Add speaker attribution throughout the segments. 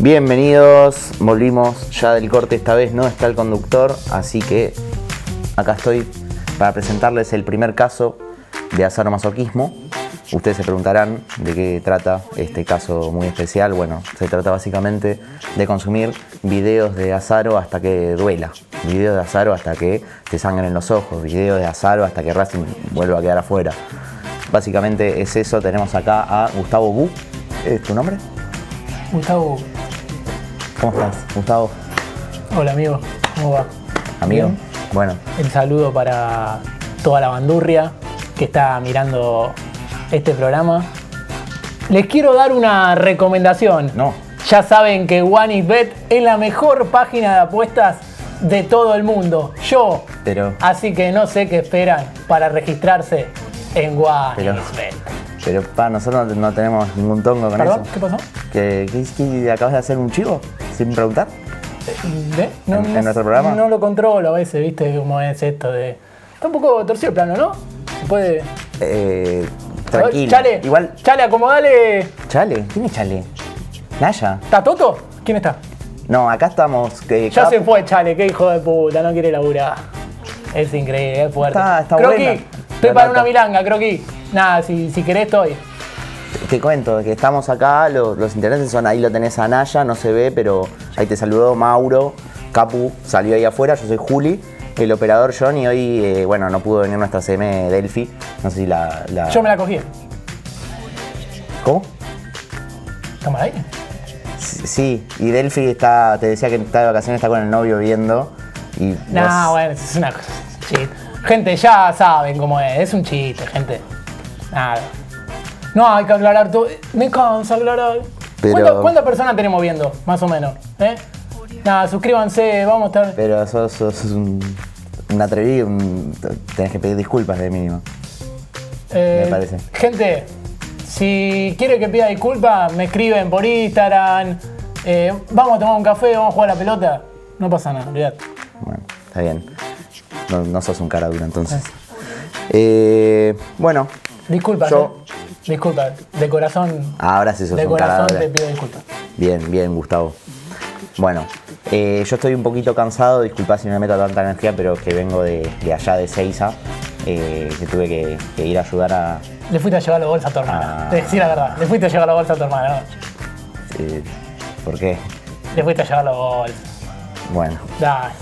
Speaker 1: Bienvenidos, volvimos ya del corte, esta vez no está el conductor, así que acá estoy para presentarles el primer caso de azaromasoquismo. Ustedes se preguntarán de qué trata este caso muy especial. Bueno, se trata básicamente de consumir videos de azaro hasta que duela, videos de azaro hasta que te sangren los ojos, videos de azaro hasta que Racing vuelva a quedar afuera. Básicamente es eso, tenemos acá a Gustavo Bu. ¿Es tu nombre?
Speaker 2: Gustavo,
Speaker 1: ¿Cómo estás, Gustavo?
Speaker 2: hola amigo, ¿cómo va?
Speaker 1: Amigo.
Speaker 2: Bien.
Speaker 1: Bueno,
Speaker 2: El saludo para toda la bandurria que está mirando este programa. Les quiero dar una recomendación.
Speaker 1: No.
Speaker 2: Ya saben que OneIsBet es la mejor página de apuestas de todo el mundo. Yo.
Speaker 1: Pero-
Speaker 2: Así que no sé qué esperan para registrarse en
Speaker 1: Pero-
Speaker 2: OneIsBet.
Speaker 1: pero pa, nosotros no- no tenemos ningún tongo con
Speaker 2: ¿Perdón?
Speaker 1: eso.
Speaker 2: ¿Qué pasó?
Speaker 1: ¿Qué, qué, qué- acabas de hacer un chivo? ¿Sin preguntar?
Speaker 2: ¿De? No,
Speaker 1: ¿En- en
Speaker 2: no-
Speaker 1: nuestro programa?
Speaker 2: No lo controlo a veces, viste cómo es esto de. Está un poco torcido el plano, ¿no? Se puede.
Speaker 1: Eh, tranquilo.
Speaker 2: Chale.
Speaker 1: Igual,
Speaker 2: Chale, acomodale.
Speaker 1: Chale, ¿quién es Chale? ¿Naya?
Speaker 2: ¿Está Toto? ¿Quién está?
Speaker 1: No, acá estamos. que
Speaker 2: Ya
Speaker 1: cada-
Speaker 2: se fue, Chale, qué hijo de puta, no quiere laburar. Es increíble, es fuerte.
Speaker 1: Está- está
Speaker 2: Croqui,
Speaker 1: buena.
Speaker 2: estoy
Speaker 1: La
Speaker 2: para
Speaker 1: nota.
Speaker 2: una milanga, Croqui. Nada, si, si querés estoy.
Speaker 1: Te cuento que estamos acá, lo- los intereses son, ahí lo tenés a Naya, no se ve, pero ahí te saludó Mauro, Capu salió ahí afuera, yo soy Juli, el operador John y hoy, eh, bueno, no pudo venir nuestra CM Delphi, no sé si la... la...
Speaker 2: Yo me la cogí.
Speaker 1: ¿Cómo?
Speaker 2: ¿Cámara ahí?
Speaker 1: Sí, y Delphi está, te decía que está de vacaciones, está con el novio viendo y...
Speaker 2: No,
Speaker 1: vos-
Speaker 2: bueno, es una cosa. es un chiste. Gente, ya saben cómo es, es un chiste, gente. Nada. No, hay que aclarar todo. Me cansa aclarar.
Speaker 1: Pero-
Speaker 2: ¿Cuántas, cuántas personas tenemos viendo, más o menos? ¿Eh? Nada, suscríbanse, vamos a estar.
Speaker 1: Pero sos, sos un, un atrevido, un- tenés que pedir disculpas de mínimo.
Speaker 2: Eh,
Speaker 1: Me parece.
Speaker 2: Gente, si quiere que pida disculpas, me escriben por Instagram. Eh, vamos a tomar un café, vamos a jugar a la pelota. No pasa nada, olvidate.
Speaker 1: Bueno, está bien. No, no sos un cara dura entonces. Eh, bueno,
Speaker 2: Disculpas.
Speaker 1: Yo-
Speaker 2: eh. Disculpas. De corazón.
Speaker 1: ahora sí sos
Speaker 2: de
Speaker 1: un eh. cara
Speaker 2: corazón
Speaker 1: dura.
Speaker 2: te pido disculpas.
Speaker 1: Bien, bien, Gustavo. Bueno, eh, yo estoy un poquito cansado, disculpa si me meto tanta energía, pero que vengo de, de allá de Seiza, eh, que tuve que, que ir a ayudar a...
Speaker 2: Le fuiste a llevar la bolsa a tu hermana.
Speaker 1: Ah.
Speaker 2: Te decía la verdad. Le fuiste a llevar la bolsa a tu hermana. ¿no?
Speaker 1: eh, ¿Por qué?
Speaker 2: Le fuiste a llevar la bolsa.
Speaker 1: Bueno,
Speaker 2: Dale.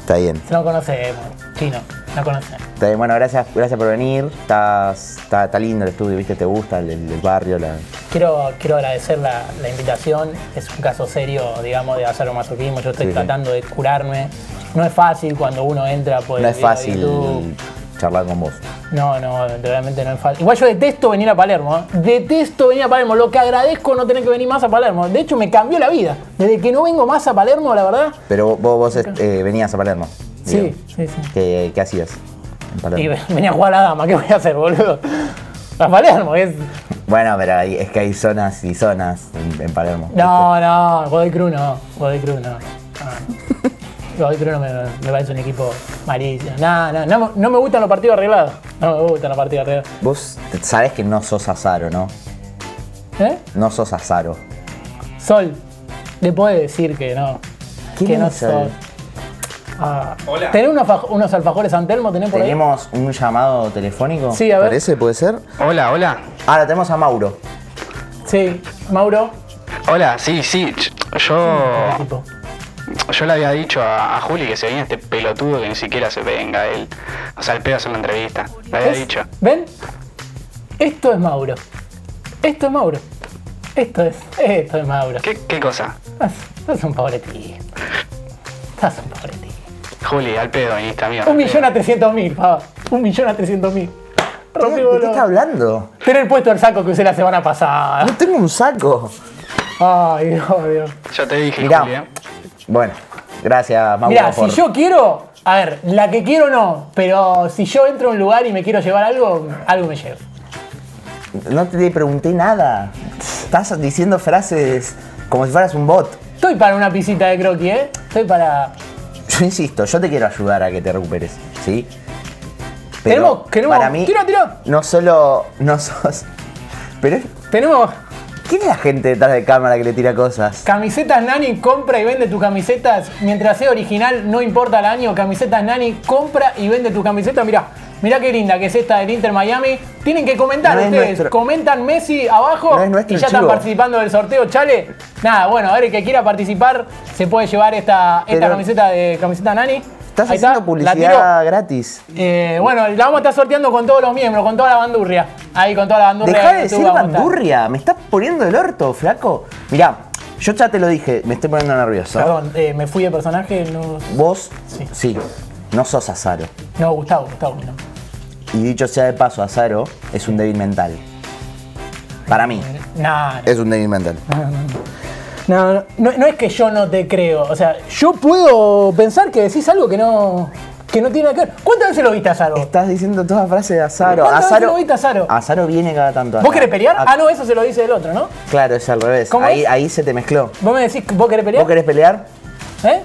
Speaker 1: está bien.
Speaker 2: No conocemos. Chino. No conocemos.
Speaker 1: Está bien, bueno, gracias, gracias por venir. Estás- está, está lindo el estudio, ¿viste? ¿Te gusta el, el- el barrio? La...
Speaker 2: Quiero, quiero agradecer la, la invitación. Es un caso serio, digamos, de hacer masoquismo. Yo estoy
Speaker 1: Sí, sí.
Speaker 2: tratando de curarme. No es fácil cuando uno entra por
Speaker 1: No
Speaker 2: el
Speaker 1: es
Speaker 2: video de
Speaker 1: fácil
Speaker 2: YouTube.
Speaker 1: charlar con vos.
Speaker 2: No, no, realmente no es fácil. Igual yo detesto venir a Palermo. ¿eh? Detesto venir a Palermo. Lo que agradezco no tener que venir más a Palermo. De hecho, me cambió la vida. Desde que no vengo más a Palermo, la verdad.
Speaker 1: Pero vos, vos eh, venías a Palermo.
Speaker 2: Sí,
Speaker 1: digamos.
Speaker 2: sí, sí.
Speaker 1: ¿Qué, qué hacías en
Speaker 2: Y
Speaker 1: Palermo?
Speaker 2: venía a jugar a la dama, ¿qué voy a hacer, boludo? A Palermo, es.
Speaker 1: Bueno, pero ahí- es que hay zonas y zonas en, en Palermo.
Speaker 2: No,
Speaker 1: Este.
Speaker 2: no, Godoy Cruz no, Godoy Cruz no. Ah. Godoy Cruz no me, me parece un equipo malísimo. No, no, no, me- no me gustan los partidos arreglados. No me gustan los partidos arreglados.
Speaker 1: Vos sabés que no sos azaro, ¿no?
Speaker 2: ¿Eh?
Speaker 1: No sos azaro.
Speaker 2: Sol, le puede decir que no.
Speaker 1: ¿Quién
Speaker 2: que no
Speaker 1: es Sol?
Speaker 2: Ah,
Speaker 3: Hola.
Speaker 2: ¿Tenés unos, faj- unos alfajores Santelmo? ¿Tenés por ahí?
Speaker 1: ¿Tenemos un llamado telefónico?
Speaker 2: Sí, a ver.
Speaker 1: ¿Parece? ¿Puede ser?
Speaker 3: Hola, hola.
Speaker 1: Ahora tenemos a Mauro.
Speaker 2: Sí, Mauro.
Speaker 3: Hola, sí, sí. ch-
Speaker 2: el
Speaker 3: Yo,
Speaker 2: tipo.
Speaker 3: yo le había dicho a, a Juli que se venía este pelotudo que ni siquiera se venga él. O sea, el pedo hacer la entrevista. Le había
Speaker 2: ¿Ves?
Speaker 3: dicho.
Speaker 2: ¿Ven? Esto es Mauro. Esto es Mauro. Esto es. Esto es Mauro.
Speaker 3: ¿Qué, qué cosa?
Speaker 2: Estás, estás un pobre tío. Estás un pobre tío.
Speaker 3: Juli, al pedo viniste, amigo.
Speaker 2: Un millón a trescientos mil, papá. Un millón a trescientos mil.
Speaker 1: ¿De qué- de qué está hablando?
Speaker 2: Tener puesto el saco que usé la semana pasada.
Speaker 1: No tengo un saco.
Speaker 2: Ay, Dios, Dios.
Speaker 3: Yo te dije,
Speaker 1: Mirá.
Speaker 3: Juli, ¿eh?
Speaker 1: Bueno, gracias, Mauro.
Speaker 2: Mirá, si
Speaker 1: por-
Speaker 2: yo quiero, a ver, la que quiero no, pero si yo entro a un lugar y me quiero llevar algo, algo me llevo.
Speaker 1: No te pregunté nada. Estás diciendo frases como si fueras un bot.
Speaker 2: Estoy para una pisita de croquis, ¿eh? Estoy para...
Speaker 1: Yo insisto, yo te quiero ayudar a que te recuperes, ¿sí?
Speaker 2: Tenemos- tenemos-
Speaker 1: para mí,
Speaker 2: tira, tira.
Speaker 1: no solo no sos... Pero es-
Speaker 2: Tenemos...
Speaker 1: ¿Quién es la gente detrás de cámara que le tira cosas?
Speaker 2: Camisetas Nani compra y vende tus camisetas. Mientras sea original, no importa el año. Camisetas Nani compra y vende tus camisetas. Mirá, mirá qué linda que es esta del Inter Miami. Tienen que comentar
Speaker 1: No es
Speaker 2: ustedes.
Speaker 1: nuestro.
Speaker 2: Comentan Messi abajo
Speaker 1: No es nuestro
Speaker 2: y ya
Speaker 1: el
Speaker 2: están
Speaker 1: chivo.
Speaker 2: participando del sorteo. Chale, nada, bueno, a ver, el que quiera participar se puede llevar esta, esta
Speaker 1: Pero-
Speaker 2: camiseta de camiseta Nani.
Speaker 1: Estás
Speaker 2: Ahí está,
Speaker 1: haciendo
Speaker 2: la tiro.
Speaker 1: publicidad gratis.
Speaker 2: Eh, bueno, la vamos a estar sorteando con todos los miembros, con toda la bandurria. Ahí, con toda la bandurria.
Speaker 1: Dejá de
Speaker 2: YouTube
Speaker 1: decir
Speaker 2: vamos a estar.
Speaker 1: bandurria. Me estás poniendo el orto, flaco. Mirá, yo ya te lo dije, me estoy poniendo nervioso.
Speaker 2: Perdón, eh, me fui de personaje, no.
Speaker 1: Vos,
Speaker 2: Sí.
Speaker 1: sí. no sos Azaro.
Speaker 2: No, Gustavo, Gustavo, no.
Speaker 1: Y dicho sea de paso, Azaro es un débil mental. Para mí,
Speaker 2: Nah,
Speaker 1: es un débil mental.
Speaker 2: no, no, no, no es que yo no te creo. O sea, yo puedo pensar que decís algo que no, que no tiene nada que ver. ¿Cuántas veces lo viste a Saro?
Speaker 1: Estás diciendo toda frase de Azaro.
Speaker 2: ¿Cuántas veces lo viste a Azaro?
Speaker 1: Azaro viene cada tanto.
Speaker 2: ¿Vos
Speaker 1: acá.
Speaker 2: querés pelear?
Speaker 1: Acá.
Speaker 2: Ah, no, eso se lo dice el otro, ¿no?
Speaker 1: Claro, es al revés.
Speaker 2: ¿Cómo
Speaker 1: ahí,
Speaker 2: es?
Speaker 1: ahí se te mezcló.
Speaker 2: Vos me decís, ¿vos querés pelear?
Speaker 1: ¿Vos querés pelear?
Speaker 2: ¿Eh?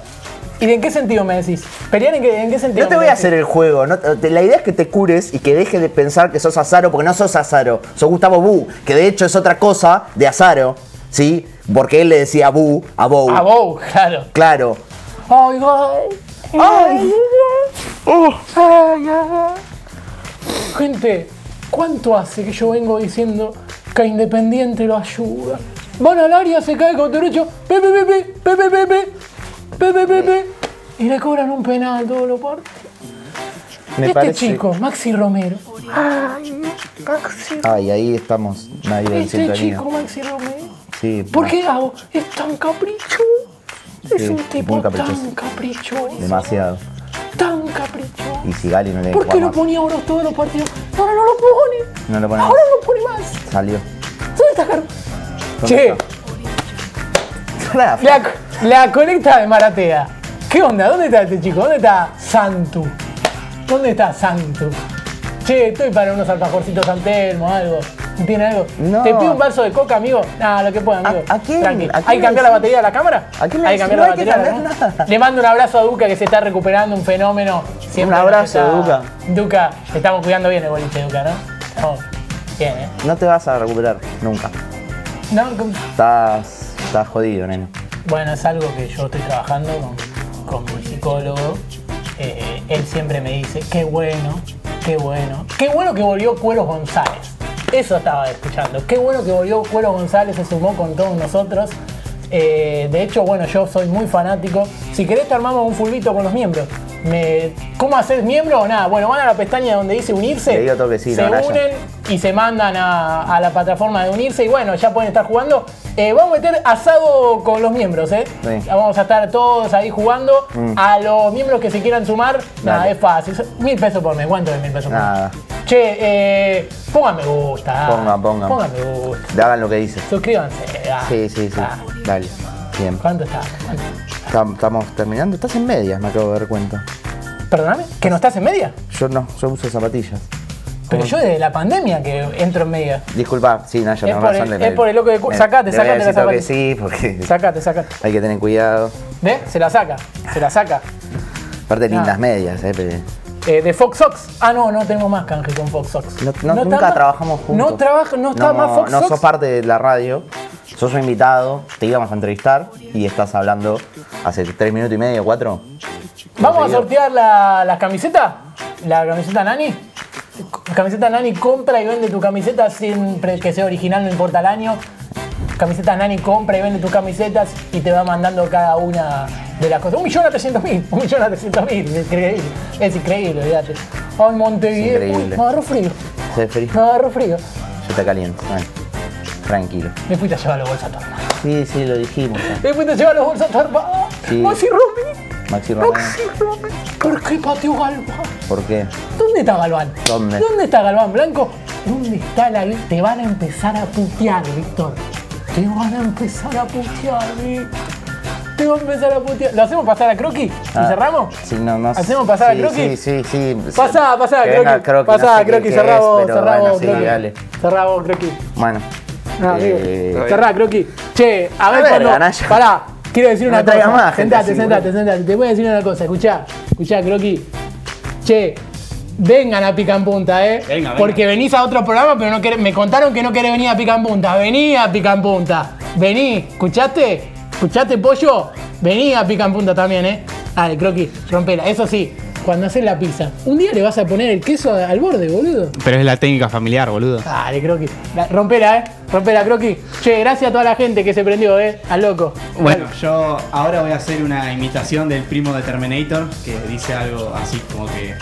Speaker 2: ¿Y de en qué sentido me decís? ¿Pelear en qué, en qué sentido?
Speaker 1: No te
Speaker 2: me
Speaker 1: voy a
Speaker 2: decís?
Speaker 1: hacer el juego. no te- te- la idea es que te cures y que dejes de pensar que sos Azaro, porque no sos Azaro. Sos Gustavo Bu, que de hecho es otra cosa de Azaro. ¿Sí? Porque él le decía Bu a Bou.
Speaker 2: A vos, claro.
Speaker 1: Claro.
Speaker 2: Ay, ay. Ay. Gente, ¿cuánto hace que yo vengo diciendo que a Independiente lo ayuda? Van al área, se cae con derecho, pepe, pepe, pepe, pepe, pepe, pepe, y le cobran un penal todo lo por. este chico, Maxi Romero.
Speaker 1: Ay, Ah, ahí estamos. Nadie en
Speaker 2: Este
Speaker 1: sintonía.
Speaker 2: chico, Maxi Romero.
Speaker 1: Sí.
Speaker 2: ¿Por
Speaker 1: no,
Speaker 2: qué Gabo es tan caprichoso? Es
Speaker 1: Sí,
Speaker 2: un
Speaker 1: muy
Speaker 2: tipo tan
Speaker 1: caprichoso.
Speaker 2: caprichoso,
Speaker 1: Demasiado.
Speaker 2: tan caprichoso.
Speaker 1: Y si Gali no le
Speaker 2: ¿Por qué
Speaker 1: juega
Speaker 2: lo
Speaker 1: más,
Speaker 2: ponía ahora todos los partidos? Ahora no lo pone.
Speaker 1: No lo pone
Speaker 2: Ahora
Speaker 1: más.
Speaker 2: no lo pone más.
Speaker 1: Salió.
Speaker 2: ¿Dónde está Carlos?
Speaker 1: ¿Dónde
Speaker 2: Che,
Speaker 1: está? Claro.
Speaker 2: la, la colecta de Maratea. ¿Qué onda? ¿Dónde está este chico? ¿Dónde está Santu? ¿Dónde está Santu? Che, estoy para unos alfajorcitos San Telmo, algo. ¿Tiene algo?
Speaker 1: No.
Speaker 2: ¿Te pido un vaso de coca, amigo? Nada, lo que pueda, amigo.
Speaker 1: ¿A- a quién?
Speaker 2: Tranqui.
Speaker 1: ¿A quién
Speaker 2: ¿Hay que
Speaker 1: le
Speaker 2: cambiar la
Speaker 1: decís?
Speaker 2: batería de la cámara?
Speaker 1: ¿A quién le
Speaker 2: Hay que
Speaker 1: decís? No
Speaker 2: cambiar la
Speaker 1: hay que
Speaker 2: batería de la
Speaker 1: cambiar
Speaker 2: cámara?
Speaker 1: nada.
Speaker 2: Le mando un abrazo a Duca que se está recuperando, un fenómeno.
Speaker 1: Un abrazo,
Speaker 2: nos está-
Speaker 1: Duca.
Speaker 2: Duca, te estamos cuidando bien el boliche, Duca, ¿no? Estamos bien, ¿eh?
Speaker 1: No te vas a recuperar nunca.
Speaker 2: No, con-
Speaker 1: Estás, estás jodido, nene.
Speaker 2: Bueno, es algo que yo estoy trabajando con, con mi psicólogo. Eh, él siempre me dice, qué bueno, qué bueno. Qué bueno que volvió Cueros González. Eso estaba escuchando. Qué bueno que volvió Cueros González, se sumó con todos nosotros. Eh, de hecho, bueno, yo soy muy fanático. Si querés te armamos un fulbito con los miembros. Me- ¿Cómo hacer miembro o nada? Bueno, van a la pestaña donde dice unirse.
Speaker 1: Le digo todo que sí,
Speaker 2: se
Speaker 1: no, Naya.
Speaker 2: unen y se mandan a, a la plataforma de unirse y bueno, ya pueden estar jugando. Eh, vamos a meter asado con los miembros, ¿eh?
Speaker 1: Sí. Mm.
Speaker 2: Vamos a estar todos ahí jugando. A los miembros que se quieran sumar, nada,
Speaker 1: Dale.
Speaker 2: es fácil. Son Mil pesos por mes, ¿cuánto es mil pesos por mes?
Speaker 1: Nada.
Speaker 2: Che, eh, pongan me gusta.
Speaker 1: Pongan, pongan.
Speaker 2: Pongan me gusta.
Speaker 1: Hagan lo que dices.
Speaker 2: Suscríbanse. dale.
Speaker 1: Sí, sí, sí.
Speaker 2: Ah,
Speaker 1: Dale. Bien.
Speaker 2: ¿Cuánto está? ¿Cuánto?
Speaker 1: Tam- Estamos terminando. Estás en medias, me acabo de dar cuenta.
Speaker 2: Perdóname, ¿que no estás en media?
Speaker 1: Yo no, yo uso zapatillas.
Speaker 2: Pero yo desde la pandemia que entro en media.
Speaker 1: Disculpa, Mm. sí, Naya,
Speaker 2: Es
Speaker 1: tenés
Speaker 2: por el-
Speaker 1: razón. le-
Speaker 2: es por el loco de cu-
Speaker 1: le- le
Speaker 2: sacate,
Speaker 1: voy a
Speaker 2: sacate
Speaker 1: decir
Speaker 2: la
Speaker 1: todo que
Speaker 2: zapatilla.
Speaker 1: sí, porque
Speaker 2: Sacate, sacate.
Speaker 1: hay que tener cuidado.
Speaker 2: ¿Ves? Se la saca, se la saca.
Speaker 1: Aparte, lindas medias, eh. pero-
Speaker 2: Eh, de Fox Sox. Ah, no, no tenemos más canje con Fox Sox.
Speaker 1: No- no-
Speaker 2: está
Speaker 1: nunca
Speaker 2: más-
Speaker 1: trabajamos juntos.
Speaker 2: No, trabaja, no está más Fox
Speaker 1: No
Speaker 2: Sox.
Speaker 1: sos parte de la radio, sos un invitado, te íbamos a entrevistar y estás hablando hace tres minutos y medio, cuatro.
Speaker 2: Vamos a
Speaker 1: seguido.
Speaker 2: sortear la, la camiseta. La camiseta Nani. Camiseta Nani, compra y vende tu camiseta siempre que sea original, no importa el año. Camiseta Nani, compra y vende tus camisetas y te va mandando cada una de las cosas. Un millón a trescientos mil, un millón a trescientos mil, es increíble. Es increíble, olvídate. Ay, Montevideo, uy,
Speaker 1: Increíble.
Speaker 2: me agarró frío,
Speaker 1: Se feliz.
Speaker 2: me agarró frío.
Speaker 1: Yo te caliento, bueno, tranquilo.
Speaker 2: Me fuiste a llevar los bolsas a tu hermano.
Speaker 1: Sí, sí, lo dijimos. ya.
Speaker 2: Después te lleva los bolsas tarpadas.
Speaker 1: Sí.
Speaker 2: Maxi Romero.
Speaker 1: Maxi Román,
Speaker 2: Maxi Romero. ¿Por qué pateó Galván?
Speaker 1: ¿por qué?
Speaker 2: ¿Dónde está Galván?
Speaker 1: ¿Dónde?
Speaker 2: está Galván Blanco? ¿Dónde está la Te van a empezar a putear, Víctor. Te van a empezar a putear, Vic. Te van a empezar a putear. ¿Lo hacemos pasar a Croqui? ¿Y
Speaker 1: Ah,
Speaker 2: cerramos?
Speaker 1: Sí, no, no.
Speaker 2: ¿Hacemos pasar
Speaker 1: sí,
Speaker 2: a Croqui?
Speaker 1: Sí, sí, sí.
Speaker 2: Pasá, pasá,
Speaker 1: Que
Speaker 2: Croqui.
Speaker 1: venga Croqui, no
Speaker 2: pasá,
Speaker 1: sé qué-
Speaker 2: Croqui,
Speaker 1: qué
Speaker 2: cerrá
Speaker 1: es,
Speaker 2: vos,
Speaker 1: pero
Speaker 2: cerrá
Speaker 1: bueno,
Speaker 2: vos,
Speaker 1: sí,
Speaker 2: Croqui.
Speaker 1: dale.
Speaker 2: Cerrá vos, Croqui.
Speaker 1: Bueno.
Speaker 2: No,
Speaker 1: eh,
Speaker 2: Ah, amigo. Cerrá, Croqui. Che, a ver
Speaker 1: verga,
Speaker 2: cuando.
Speaker 1: Naya.
Speaker 2: Pará, quiero decir
Speaker 1: No
Speaker 2: una
Speaker 1: me traigas
Speaker 2: cosa.
Speaker 1: más gente
Speaker 2: sentate,
Speaker 1: así,
Speaker 2: sentate,
Speaker 1: boludo.
Speaker 2: sentate. Te voy a decir una cosa. Escuchá, escuchá, Croqui. Che, Vengan a Pica en Punta, ¿eh?
Speaker 3: Venga, venga.
Speaker 2: Porque venís a otro programa, pero no querés- me contaron que no querés venir a Pica en Punta. Vení a Pica en Punta. Vení, ¿escuchaste? ¿Escuchaste, pollo? Vení a Pica en Punta también, ¿eh? Dale, croquis, rompela. Eso sí, cuando haces la pizza, un día le vas a poner el queso al borde, boludo.
Speaker 3: Pero es la técnica familiar, boludo.
Speaker 2: Dale, croquis. La- rompela, ¿eh? Rompela, croquis. Che, gracias a toda la gente que se prendió, ¿eh? Al loco.
Speaker 3: Bueno, yo ahora voy a hacer una imitación del primo de Terminator que dice algo así como que